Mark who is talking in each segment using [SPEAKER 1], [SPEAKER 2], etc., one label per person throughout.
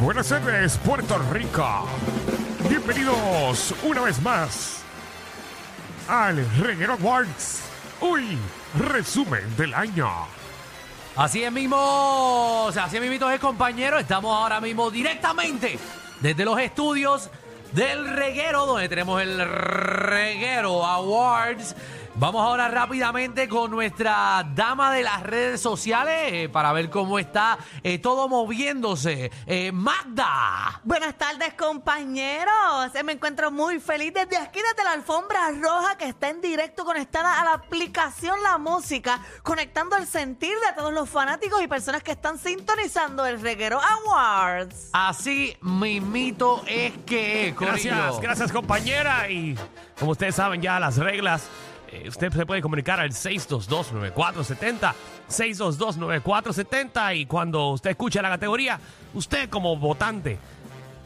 [SPEAKER 1] Buenas tardes, Puerto Rico. Bienvenidos una vez más al Reguero Awards. Uy, resumen del año.
[SPEAKER 2] Así es mismo, o sea, así es mismo es compañero. Estamos ahora mismo directamente desde los estudios del reguero, donde tenemos el reguero Awards. Vamos ahora rápidamente con nuestra dama de las redes sociales eh, para ver cómo está eh, todo moviéndose. Eh, Magda.
[SPEAKER 3] Buenas tardes, compañeros. Eh, Me encuentro muy feliz desde aquí, desde la alfombra roja que está en directo conectada a la aplicación La Música, conectando el sentir de todos los fanáticos y personas que están sintonizando el Reguero Awards.
[SPEAKER 2] Así mimito es que es, corillo.
[SPEAKER 4] Gracias, gracias compañera. Y como ustedes saben ya las reglas, eh, usted se puede comunicar al 622-9470, 622-9470 y cuando usted escucha la categoría, usted como votante,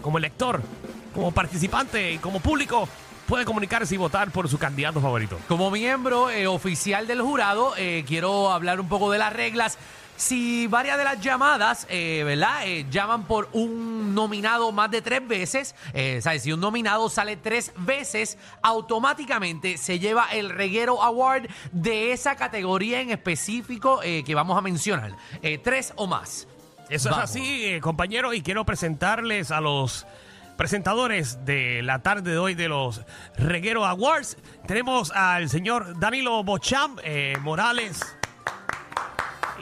[SPEAKER 4] como elector, como participante y como público puede comunicarse y votar por su candidato favorito.
[SPEAKER 2] Como miembro eh, oficial del jurado, eh, quiero hablar un poco de las reglas. Si varias de las llamadas, eh, ¿verdad? Eh, llaman por un nominado más de tres veces, eh, ¿sabes? Si un nominado sale tres veces, automáticamente se lleva el Reguero Award de esa categoría en específico eh, que vamos a mencionar. Eh, tres o más.
[SPEAKER 4] Eso
[SPEAKER 2] Vamos.
[SPEAKER 4] es así, eh, compañero, y quiero presentarles a los presentadores de la tarde de hoy de los Reguero Awards. Tenemos al señor Danilo Bocham eh, Morales.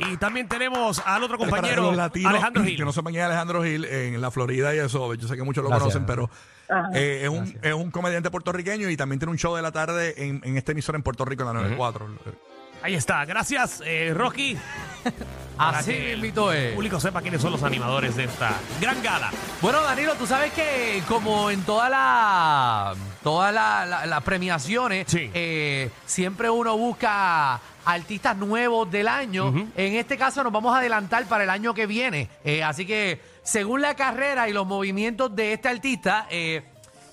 [SPEAKER 4] Y también tenemos al otro
[SPEAKER 5] Para
[SPEAKER 4] compañero
[SPEAKER 5] los latinos,
[SPEAKER 4] Alejandro Gil.
[SPEAKER 5] Que no sepan quién es Alejandro Gil en la Florida y eso. Yo sé que muchos lo
[SPEAKER 2] Gracias.
[SPEAKER 5] conocen, pero eh, es, un, es un comediante puertorriqueño y también tiene un show de la tarde en, en este emisor en Puerto Rico, en la 94.
[SPEAKER 4] Ahí está, gracias eh, Rocky. Para
[SPEAKER 2] Así
[SPEAKER 4] que el
[SPEAKER 2] mismito es. Ah.
[SPEAKER 4] público sepa quiénes son los animadores de esta gran gala.
[SPEAKER 2] Bueno, Danilo, tú sabes que como en todas la, todas la- la- las premiaciones,
[SPEAKER 4] Sí.
[SPEAKER 2] eh, siempre uno busca artistas nuevos del año. En este caso nos vamos a adelantar para el año que viene. Eh, así que, según la carrera y los movimientos de este artista, eh,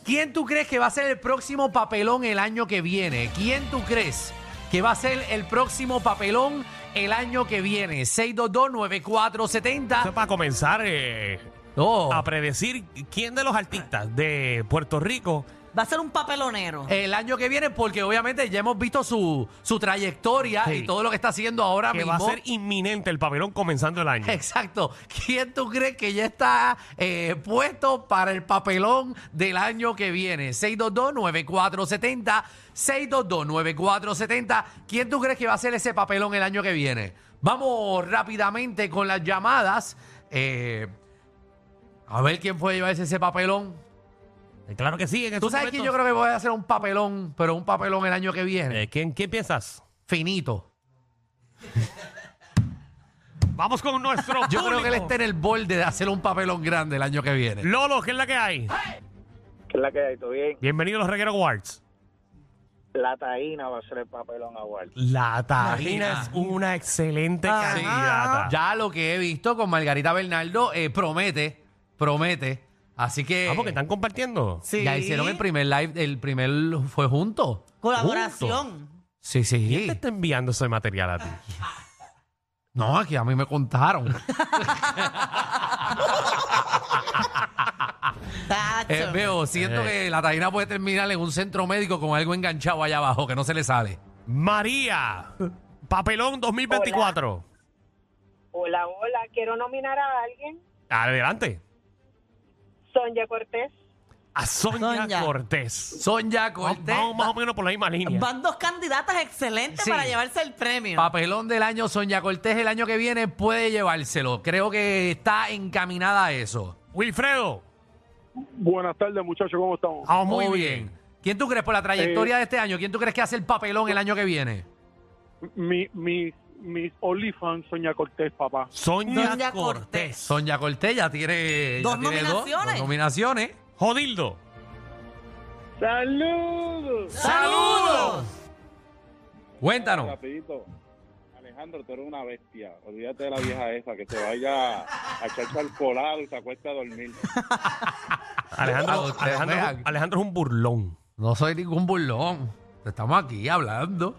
[SPEAKER 2] ¿quién tú crees que va a ser el próximo papelón el año que viene? ¿Quién tú crees? que va a ser el próximo papelón el año que viene. 622-9470.
[SPEAKER 4] Esto es para comenzar eh,
[SPEAKER 2] No.
[SPEAKER 4] a predecir quién de los artistas de Puerto Rico
[SPEAKER 3] Va a ser un papelonero.
[SPEAKER 2] el año que viene, porque obviamente ya hemos visto su, su trayectoria
[SPEAKER 4] Sí.
[SPEAKER 2] y todo lo que está haciendo ahora
[SPEAKER 4] que
[SPEAKER 2] mismo.
[SPEAKER 4] va a ser inminente el papelón comenzando el año.
[SPEAKER 2] Exacto. ¿Quién tú crees que ya está eh, puesto para el papelón del año que viene? 622-9470. 622-9470. ¿Quién tú crees que va a ser ese papelón el año que viene? Vamos rápidamente con las llamadas. Eh, a ver quién puede llevarse ese papelón.
[SPEAKER 4] Eh, Claro que sí. En
[SPEAKER 2] ¿Tú
[SPEAKER 4] estos
[SPEAKER 2] sabes que yo
[SPEAKER 4] momentos-
[SPEAKER 2] creo que voy a hacer un papelón, pero un papelón el año que viene?
[SPEAKER 4] Eh, ¿quién, ¿Quién piensas?
[SPEAKER 2] finito.
[SPEAKER 4] Vamos con nuestro
[SPEAKER 2] Yo creo
[SPEAKER 4] público.
[SPEAKER 2] que él está en el borde de hacer un papelón grande el año que viene.
[SPEAKER 4] Lolo, ¿qué es la que hay?
[SPEAKER 6] que es la que hay? ¿Todo bien?
[SPEAKER 4] Bienvenido a los Reguero Awards.
[SPEAKER 6] La taína va a ser el papelón aguardo.
[SPEAKER 4] La
[SPEAKER 2] Imagina.
[SPEAKER 4] Tarina es una excelente
[SPEAKER 2] Ajá.
[SPEAKER 4] candidata.
[SPEAKER 2] Ya lo que he visto con Margarita Bernardo eh, promete, promete. Así que
[SPEAKER 4] Ah, porque están compartiendo.
[SPEAKER 3] Sí.
[SPEAKER 2] ya hicieron el primer live, el primer fue juntos.
[SPEAKER 3] Colaboración.
[SPEAKER 2] Sí,
[SPEAKER 4] ¿Quién
[SPEAKER 2] sí.
[SPEAKER 4] te este está enviando ese material a ti?
[SPEAKER 2] No, aquí a mí me contaron.
[SPEAKER 3] Tacho.
[SPEAKER 2] Eh, veo, siento
[SPEAKER 4] Eh.
[SPEAKER 2] que la taina puede terminar en un centro médico con algo enganchado allá abajo que no se le sale.
[SPEAKER 4] María, papelón 2024.
[SPEAKER 7] Hola, hola, quiero nominar a alguien,
[SPEAKER 4] Adelante.
[SPEAKER 7] Sonia Cortés.
[SPEAKER 4] A Sonia,
[SPEAKER 3] Sonia.
[SPEAKER 4] Cortés.
[SPEAKER 2] Sonia
[SPEAKER 4] Vamos,
[SPEAKER 2] Cortés.
[SPEAKER 4] vamos más o menos por la misma línea.
[SPEAKER 3] Van dos candidatas excelentes
[SPEAKER 2] Sí.
[SPEAKER 3] para llevarse el premio.
[SPEAKER 2] Papelón del año, Sonia Cortés el año que viene puede llevárselo. Creo que está encaminada a eso.
[SPEAKER 4] Wilfredo,
[SPEAKER 8] Buenas tardes, muchachos, ¿cómo estamos?
[SPEAKER 4] vamos muy
[SPEAKER 2] Todo
[SPEAKER 4] bien.
[SPEAKER 2] Oh, ¿Quién tú crees por la trayectoria de este año? ¿Quién tú crees que hace el papelón el año que viene?
[SPEAKER 8] mi, mis, mis OnlyFans, Soña Cortés, papá.
[SPEAKER 4] Sonia
[SPEAKER 3] Sonia
[SPEAKER 4] Cortés.
[SPEAKER 3] Cortés.
[SPEAKER 2] Sonia Cortés ya tiene ya
[SPEAKER 3] Dos
[SPEAKER 2] tiene
[SPEAKER 3] nominaciones.
[SPEAKER 2] dos nominaciones.
[SPEAKER 4] Jodildo.
[SPEAKER 8] ¡Saludos!
[SPEAKER 3] ¡Saludos!
[SPEAKER 2] Cuéntanos.
[SPEAKER 8] Rapidito. Alejandro, tú eres una bestia. Olvídate de la vieja esa, que se vaya a echarse al colado y se acueste a dormir.
[SPEAKER 2] Ah,
[SPEAKER 4] Alejandro,
[SPEAKER 2] ustedes
[SPEAKER 4] Alejandro,
[SPEAKER 2] vean.
[SPEAKER 4] Alejandro es un burlón.
[SPEAKER 2] No soy ningún burlón. Estamos aquí hablando.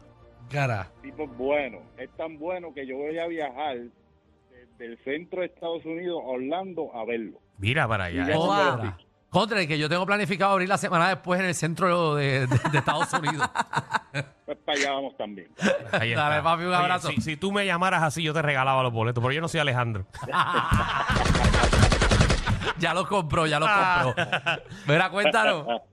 [SPEAKER 2] Cara.
[SPEAKER 8] tipo es bueno. Es tan bueno que yo voy a viajar desde el centro de Estados Unidos a Orlando a verlo.
[SPEAKER 4] Mira para allá. eh,
[SPEAKER 8] Ya.
[SPEAKER 2] Contra. Contra el que yo tengo planificado abrir la semana después en el centro de, de- de Estados Unidos.
[SPEAKER 8] Pues para allá vamos también.
[SPEAKER 4] Ahí está.
[SPEAKER 2] Dale, papi, un
[SPEAKER 4] Oye,
[SPEAKER 2] abrazo.
[SPEAKER 4] si, si tú me llamaras así, yo te regalaba los boletos, pero yo no soy Alejandro.
[SPEAKER 2] ya lo compró, ya lo compró.
[SPEAKER 3] Ah.
[SPEAKER 2] Mira, cuéntanos.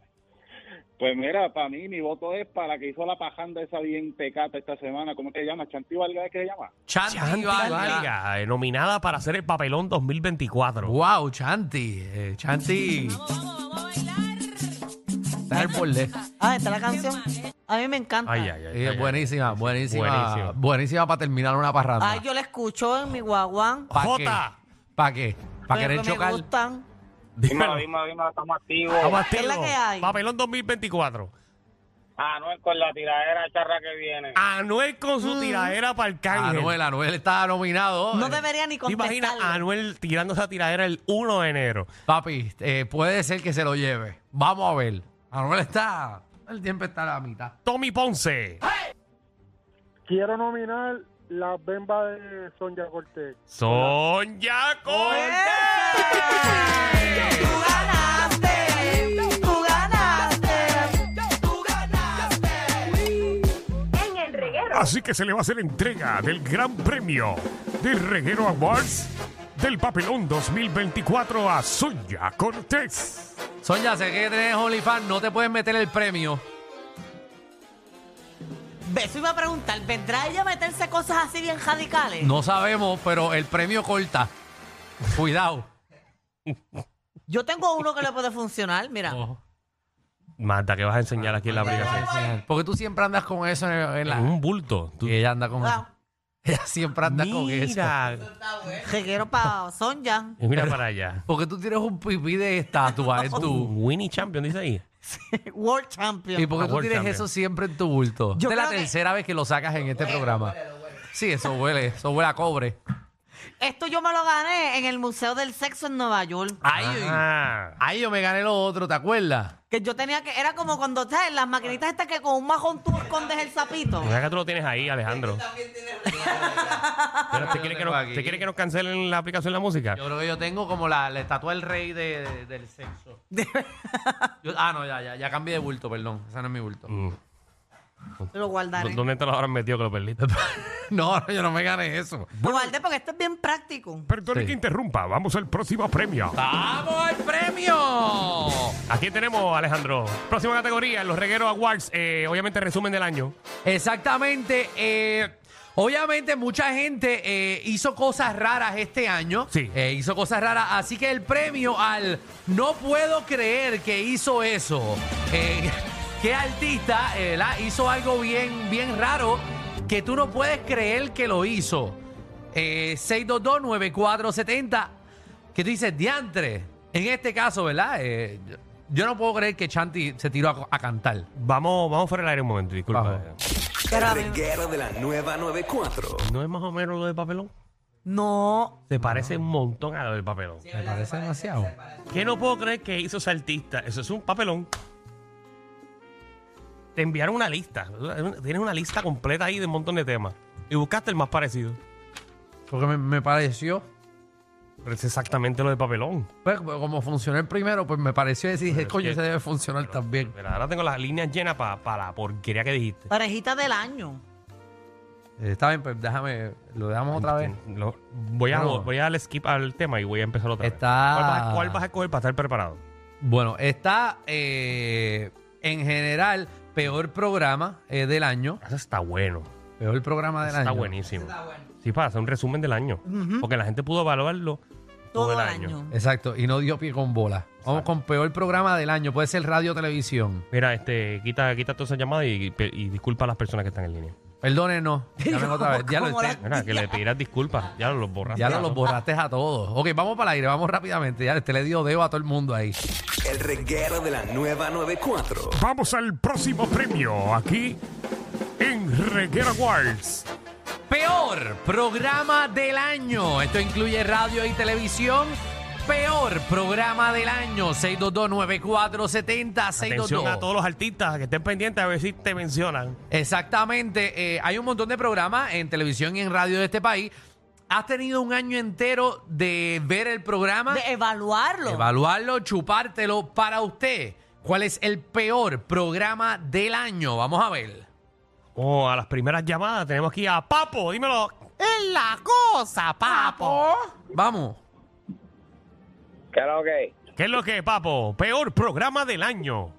[SPEAKER 8] Pues mira, para mí mi voto es para la que hizo la pajanda esa bien pecata esta semana. ¿Cómo que se llama? ¿Chanti Valga es que se llama?
[SPEAKER 2] Chanti,
[SPEAKER 4] Chanti
[SPEAKER 2] Valga.
[SPEAKER 4] Valga, eh, nominada para hacer el papelón 2024.
[SPEAKER 2] Wow, Chanti. eh, Chanti. Está en por ley.
[SPEAKER 3] Ah, está la canción. A mí me encanta.
[SPEAKER 4] Ay, ay, ay, ay,
[SPEAKER 2] Eh,
[SPEAKER 4] ay.
[SPEAKER 2] buenísima, buenísima,
[SPEAKER 4] Buenísima.
[SPEAKER 2] buenísima. para terminar una parranda.
[SPEAKER 3] Ay, yo la escucho en mi guaguán.
[SPEAKER 2] ¿Para qué?
[SPEAKER 4] Jota.
[SPEAKER 2] ¿Para qué? ¿Para
[SPEAKER 3] Pero
[SPEAKER 2] querer
[SPEAKER 3] que me
[SPEAKER 2] chocar?
[SPEAKER 3] gustan.
[SPEAKER 4] Dímelo.
[SPEAKER 6] Dime, dime, dime, estamos activos.
[SPEAKER 4] Vamos
[SPEAKER 3] es la
[SPEAKER 4] activo.
[SPEAKER 3] que hay.
[SPEAKER 4] Papelón 2024.
[SPEAKER 6] Anuel Ah, con la tiradera charra que viene.
[SPEAKER 4] Ah. Anuel con su tiradera para el cángel.
[SPEAKER 2] Mm. Anuel, Anuel está nominado.
[SPEAKER 3] No
[SPEAKER 2] Eh,
[SPEAKER 3] debería ni
[SPEAKER 4] ¿Te imaginas a
[SPEAKER 3] contestar.
[SPEAKER 4] Anuel tirando esa tiradera el 1 de enero?
[SPEAKER 2] Papi, eh, puede ser que se lo lleve. Vamos a ver. Anuel está. El tiempo está a la mitad.
[SPEAKER 4] Tommy Ponce.
[SPEAKER 8] Quiero nominar la bemba de Sonia Cortés.
[SPEAKER 4] Sonia Cortés.
[SPEAKER 3] ¡Eh! Tú ganaste, tú ganaste, tú ganaste.
[SPEAKER 9] En el reguero.
[SPEAKER 1] Así que se le va a hacer entrega del gran premio del Reguero Awards del Papelón 2024 a Sonia Cortés.
[SPEAKER 2] Sonia, sé que tenés OnlyFans, no te puedes meter el premio.
[SPEAKER 3] Beso iba a preguntar, ¿vendrá ella a meterse cosas así bien radicales?
[SPEAKER 2] No sabemos, pero el premio corta. Cuidado.
[SPEAKER 3] Yo tengo uno que le puede funcionar, mira.
[SPEAKER 4] Manda, que vas a enseñar aquí en la aplicación?
[SPEAKER 2] Porque tú siempre andas con eso en, en
[SPEAKER 4] Es
[SPEAKER 2] la.
[SPEAKER 4] un bulto. Tú-
[SPEAKER 2] Y ella anda con eso.
[SPEAKER 3] Ah,
[SPEAKER 2] Ella siempre anda con eso.
[SPEAKER 4] Mira,
[SPEAKER 3] reguero para Sonja.
[SPEAKER 4] mira para allá.
[SPEAKER 2] Porque tú tienes un pipí de estatua en tu.
[SPEAKER 4] Un Winnie Champion dice ahí.
[SPEAKER 3] World
[SPEAKER 2] ¿Y
[SPEAKER 3] Champion.
[SPEAKER 2] por qué tú
[SPEAKER 4] Favor,
[SPEAKER 2] tienes
[SPEAKER 4] también.
[SPEAKER 2] eso siempre en tu bulto?
[SPEAKER 3] Yo
[SPEAKER 2] Esta es la
[SPEAKER 3] creo que-
[SPEAKER 2] tercera vez que lo sacas en este programa. Sí, eso huele, eso huele a cobre.
[SPEAKER 3] Esto yo me lo gané en el Museo del Sexo en Nueva York.
[SPEAKER 2] Ay,
[SPEAKER 4] Ah,
[SPEAKER 2] ay, yo me gané lo otro, ¿te acuerdas?
[SPEAKER 3] Que yo tenía que. Era como cuando estás en las maquinitas estas que con un majón tú escondes el sapito.
[SPEAKER 4] mira que tú lo tienes ahí, Alejandro. Pero
[SPEAKER 2] Yo
[SPEAKER 4] ¿te
[SPEAKER 2] lo
[SPEAKER 4] quiere, que
[SPEAKER 2] tengo
[SPEAKER 4] nos,
[SPEAKER 2] aquí.
[SPEAKER 4] ¿Te quiere que nos cancelen la aplicación de la música?
[SPEAKER 2] Yo creo que yo tengo como la, la estatua del rey de- de- del sexo. Yo- ah, no, ya, ya, ya cambié de bulto, perdón. Ese no es mi bulto.
[SPEAKER 4] Mm.
[SPEAKER 3] Lo guardaré.
[SPEAKER 4] ¿Dónde te lo habrán metido que lo perdiste?
[SPEAKER 2] No, no, yo no me gané eso.
[SPEAKER 3] Lo guardé porque esto es bien práctico.
[SPEAKER 1] Perdone
[SPEAKER 2] Sí.
[SPEAKER 1] que interrumpa, vamos al próximo premio.
[SPEAKER 2] ¡Vamos al premio!
[SPEAKER 4] Aquí tenemos, Alejandro. Próxima categoría, los Regueros Awards. eh, obviamente, resumen del año.
[SPEAKER 2] Exactamente. eh, obviamente mucha gente eh, hizo cosas raras este año.
[SPEAKER 4] Sí.
[SPEAKER 2] Eh, hizo cosas raras. Así que el premio al No puedo creer que hizo eso. Eh, ¿Qué artista eh, la- hizo algo bien, bien raro que tú no puedes creer que lo hizo? Eh, 622-9470. ¿Qué tú dices? Diantre. En este caso, ¿verdad? Eh, yo- yo no puedo creer que Chanti se tiró a, a cantar.
[SPEAKER 4] Vamos, vamos fuera del aire un momento, disculpa.
[SPEAKER 2] Vamos.
[SPEAKER 3] Pero a mí-
[SPEAKER 10] Reguero de la nueva 94.
[SPEAKER 4] ¿No es más o menos lo del papelón?
[SPEAKER 3] No.
[SPEAKER 4] Se parece un montón a lo del papelón.
[SPEAKER 2] Me parece demasiado.
[SPEAKER 4] Que no puedo creer que hizo ese artista. Eso es un papelón. Te enviaron una lista. Tienes una lista completa ahí de un montón de temas. Y buscaste el más parecido.
[SPEAKER 2] Porque me, me pareció,
[SPEAKER 4] Pero es exactamente lo del papelón.
[SPEAKER 2] pues, como funcionó el primero, pues me pareció y dije,
[SPEAKER 4] es
[SPEAKER 2] coño,
[SPEAKER 4] que-
[SPEAKER 2] ese debe funcionar también.
[SPEAKER 4] Pero ahora tengo las líneas llenas para la porquería que dijiste.
[SPEAKER 3] Parejita del año.
[SPEAKER 2] Eh, Está bien, pues déjame, lo dejamos otra vez.
[SPEAKER 4] Lo- voy, a,
[SPEAKER 2] No.
[SPEAKER 4] voy a darle skip al tema y voy a empezar otra
[SPEAKER 2] Está-
[SPEAKER 4] vez. ¿Cuál vas, a- ¿Cuál vas a escoger para estar preparado?
[SPEAKER 2] Bueno, está eh, en general peor programa eh, del año.
[SPEAKER 4] Eso está bueno.
[SPEAKER 2] Peor programa del
[SPEAKER 4] Eso
[SPEAKER 2] año.
[SPEAKER 4] está buenísimo. Sí, para hacer un resumen del año. Porque la gente pudo evaluarlo
[SPEAKER 3] todo
[SPEAKER 4] el
[SPEAKER 3] el
[SPEAKER 4] año.
[SPEAKER 3] año.
[SPEAKER 2] Exacto, y no dio pie con bola. Vamos con peor programa del año, puede ser radio o televisión.
[SPEAKER 4] Mira, este, quita, quita todas esas llamadas y, y disculpa a las personas que están en línea.
[SPEAKER 2] Perdónenos, llamen otra vez. Ya, lo
[SPEAKER 3] ¿Cómo la-
[SPEAKER 2] este-
[SPEAKER 4] Mira, que le pedirás disculpas. Ya los borraste.
[SPEAKER 2] ya lo- los
[SPEAKER 4] ¿no?
[SPEAKER 2] borraste a todos. Ok, vamos para el aire, vamos rápidamente. Ya te le dio deo a todo el mundo ahí.
[SPEAKER 10] El reguero de la nueva 94.
[SPEAKER 1] Vamos al próximo premio aquí en Reguera Awards.
[SPEAKER 2] Peor programa del año. Esto incluye radio y televisión. Peor programa del año. 6229470.
[SPEAKER 4] Atención
[SPEAKER 2] 622.
[SPEAKER 4] a todos los artistas que estén pendientes a ver si te mencionan.
[SPEAKER 2] Exactamente. eh, hay un montón de programas en televisión y en radio de este país. Has tenido un año entero de ver el programa,
[SPEAKER 3] De evaluarlo.
[SPEAKER 2] evaluarlo, chupártelo. Para usted, ¿cuál es el peor programa del año? Vamos a ver.
[SPEAKER 4] Oh, a las primeras llamadas tenemos aquí a Papo. Dímelo.
[SPEAKER 2] Es la cosa, papo. Vamos.
[SPEAKER 6] Claro que,
[SPEAKER 4] ¿Qué es lo que, Papo? Peor programa del año.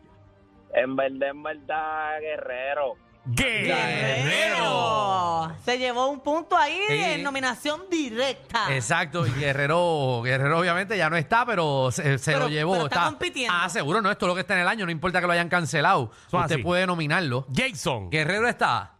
[SPEAKER 6] en verdad, en verdad, guerrero.
[SPEAKER 3] Guerrero. Se llevó un punto ahí de
[SPEAKER 2] Sí.
[SPEAKER 3] nominación directa.
[SPEAKER 2] Exacto, y Guerrero, Guerrero obviamente ya no está, pero se, se
[SPEAKER 3] Pero-
[SPEAKER 2] lo llevó.
[SPEAKER 3] pero está compitiendo.
[SPEAKER 2] Ah, seguro, no, esto es lo que está en el año, no importa que lo hayan cancelado.
[SPEAKER 4] Eso es
[SPEAKER 2] Usted
[SPEAKER 4] así.
[SPEAKER 2] puede nominarlo.
[SPEAKER 4] Jason.
[SPEAKER 2] Guerrero está.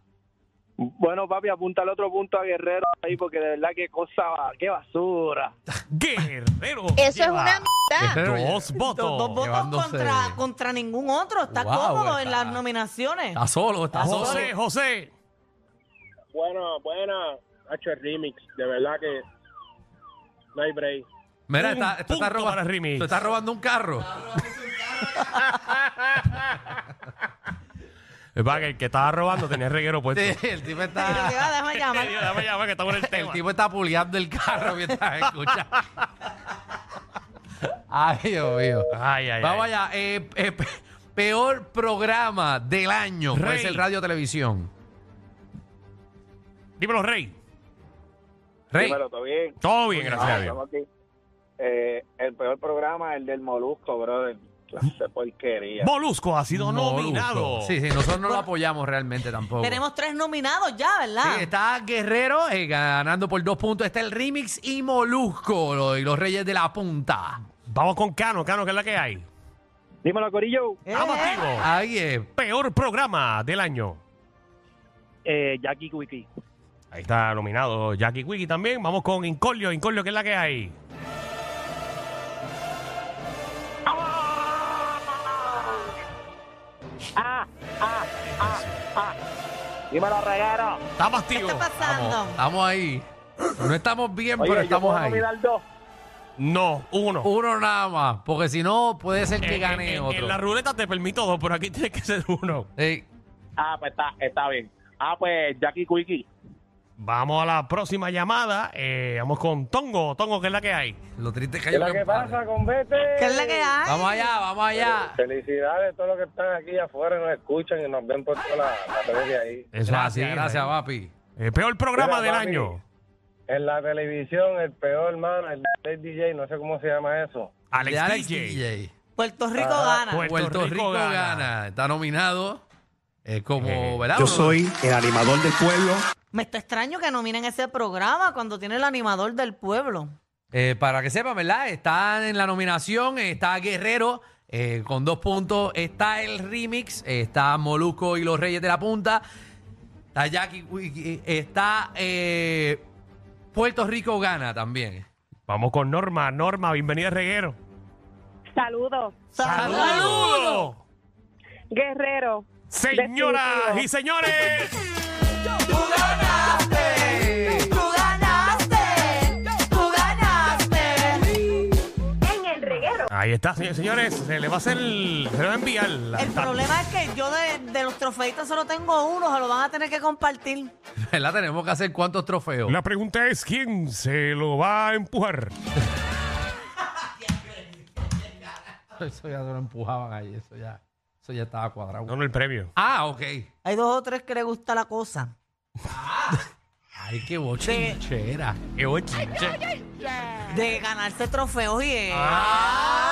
[SPEAKER 6] Bueno, papi, apúntale otro punto a Guerrero ahí, porque de verdad, qué cosa, qué basura.
[SPEAKER 4] Guerrero.
[SPEAKER 9] Eso es
[SPEAKER 4] lleva
[SPEAKER 9] una mierda.
[SPEAKER 2] Guerrero
[SPEAKER 4] Dos votos.
[SPEAKER 3] Dos, dos votos
[SPEAKER 2] Llevándose-
[SPEAKER 3] contra, contra ningún otro. Está
[SPEAKER 2] Wow,
[SPEAKER 3] cómodo en
[SPEAKER 2] está-
[SPEAKER 3] las nominaciones.
[SPEAKER 2] Está solo, está solo.
[SPEAKER 4] José, José.
[SPEAKER 8] Bueno, buena. H Remix, de verdad que no hay break.
[SPEAKER 2] Mira,
[SPEAKER 4] Un
[SPEAKER 2] está, esto
[SPEAKER 4] punto
[SPEAKER 2] está
[SPEAKER 4] para
[SPEAKER 2] robando,
[SPEAKER 4] Remy.
[SPEAKER 2] esto está robando un carro.
[SPEAKER 4] Es para que el que estaba robando tenía el reguero puesto.
[SPEAKER 2] Sí, el tipo
[SPEAKER 3] Pero que
[SPEAKER 2] está,
[SPEAKER 3] va, déjame llamar.
[SPEAKER 4] Dios, dame llamar que estamos en el
[SPEAKER 2] el
[SPEAKER 4] tema.
[SPEAKER 2] tipo está puliando el carro mientras escucha. Ay, Dios mío.
[SPEAKER 4] Ay, ay,
[SPEAKER 2] Vamos
[SPEAKER 4] ay.
[SPEAKER 2] allá. eh, eh, pe- peor programa del año. Puede
[SPEAKER 4] Rey.
[SPEAKER 2] ser radio o televisión.
[SPEAKER 4] Dímelo, Rey.
[SPEAKER 2] Rey.
[SPEAKER 6] Dímelo, ¿todo bien?
[SPEAKER 4] Todo bien, gracias
[SPEAKER 6] Ah,
[SPEAKER 4] a Dios.
[SPEAKER 6] estamos aquí. Eh, el peor programa, el del Molusco, brother. Clase de porquería.
[SPEAKER 4] Molusco ha sido
[SPEAKER 2] Molusco.
[SPEAKER 4] nominado.
[SPEAKER 2] Sí, sí, nosotros no lo apoyamos realmente tampoco.
[SPEAKER 3] Tenemos tres nominados ya, ¿verdad?
[SPEAKER 2] Sí, está Guerrero eh, ganando por dos puntos. Está el Remix y Molusco lo- y los Reyes de la Punta.
[SPEAKER 4] Vamos con Cano, Cano, que es la que hay.
[SPEAKER 6] Dímelo, Corillo.
[SPEAKER 9] Eh.
[SPEAKER 4] Vamos, activo.
[SPEAKER 2] Ahí es.
[SPEAKER 4] Peor programa del año.
[SPEAKER 6] Eh, Jackie Wiki.
[SPEAKER 4] Ahí está nominado Jackie Wiki también. Vamos con Incolio, Incolio, que es la que hay.
[SPEAKER 6] Ah, Dímelo, Reguero.
[SPEAKER 4] Estamos
[SPEAKER 3] ¿Qué
[SPEAKER 4] activos.
[SPEAKER 3] está pasando?
[SPEAKER 2] Estamos ahí. No estamos bien,
[SPEAKER 6] Oye,
[SPEAKER 2] pero
[SPEAKER 6] yo
[SPEAKER 2] estamos
[SPEAKER 6] puedo
[SPEAKER 2] ahí.
[SPEAKER 6] nominar dos.
[SPEAKER 4] No, uno.
[SPEAKER 2] Uno nada más, porque si no, puede ser que
[SPEAKER 4] En- en-
[SPEAKER 2] gane
[SPEAKER 4] Eh, en,
[SPEAKER 2] otro.
[SPEAKER 4] la ruleta te permito dos, pero aquí tiene que ser uno.
[SPEAKER 2] Eh,
[SPEAKER 8] Ah, pues está, está bien. Ah, pues Jackie Quickie.
[SPEAKER 4] Vamos a la próxima llamada. Eh, vamos con Tongo, Tongo, que es la que hay.
[SPEAKER 2] lo triste es que
[SPEAKER 6] ¿Qué
[SPEAKER 2] hay un
[SPEAKER 6] es la que
[SPEAKER 2] empate.
[SPEAKER 6] pasa con Vete?
[SPEAKER 3] ¿Qué es la que hay?
[SPEAKER 2] Vamos allá, vamos allá.
[SPEAKER 6] Felicidades a todos los que están aquí afuera, nos escuchan y nos ven por toda la, la tele de ahí.
[SPEAKER 4] Eso es así,
[SPEAKER 2] Gracias, gracias,
[SPEAKER 4] Rey.
[SPEAKER 2] papi.
[SPEAKER 4] El Eh, peor programa del
[SPEAKER 6] Mira, papi.
[SPEAKER 4] año.
[SPEAKER 6] En la televisión, el peor hermano, el del DJ, no sé cómo se llama eso.
[SPEAKER 4] Alex,
[SPEAKER 2] De Alex
[SPEAKER 4] DJ.
[SPEAKER 2] DJ.
[SPEAKER 3] Puerto Rico gana.
[SPEAKER 4] Puerto
[SPEAKER 2] Puerto,
[SPEAKER 4] Rico
[SPEAKER 2] Rico,
[SPEAKER 4] gana.
[SPEAKER 2] gana. Está nominado. Es como,
[SPEAKER 4] Eh,
[SPEAKER 2] ¿verdad?
[SPEAKER 10] Yo
[SPEAKER 2] Uno-
[SPEAKER 10] soy el animador del pueblo.
[SPEAKER 3] Me está extraño que nominen ese programa cuando tiene el animador del pueblo.
[SPEAKER 2] Eh, para que sepan, ¿verdad? Está en la nominación, eh, está Guerrero eh, con dos puntos, está el remix, eh, está Molusco y los Reyes de la Punta, está Jackie, Wiki, eh, está eh, Puerto Rico gana también.
[SPEAKER 4] Vamos con Norma, Norma, bienvenida al reguero.
[SPEAKER 9] Saludos.
[SPEAKER 3] Saludos.
[SPEAKER 4] ¡Saludos!
[SPEAKER 9] Guerrero.
[SPEAKER 4] Señoras y
[SPEAKER 9] Definitivo.
[SPEAKER 4] señores,
[SPEAKER 3] ¡Tú ganaste! ¡Tú ganaste!
[SPEAKER 9] En el reguero.
[SPEAKER 4] ahí está, señores, señores, se le va a hacer, el- se le va a enviar la-
[SPEAKER 3] El problema es que yo de, de los trofeitos solo tengo uno, se lo van a tener que compartir.
[SPEAKER 2] ¿Verdad? Tenemos que hacer cuántos trofeos.
[SPEAKER 1] La pregunta es quién se lo va a empujar.
[SPEAKER 2] Eso ya se lo empujaban ahí, eso ya, eso ya estaba cuadrado.
[SPEAKER 4] No, no, el premio.
[SPEAKER 2] Ah, ok.
[SPEAKER 3] Hay dos o tres que le gusta la cosa.
[SPEAKER 2] Ay, qué bochinchera.
[SPEAKER 4] Eh, oye, che.
[SPEAKER 3] De ganarse trofeos y eh,
[SPEAKER 2] Ah.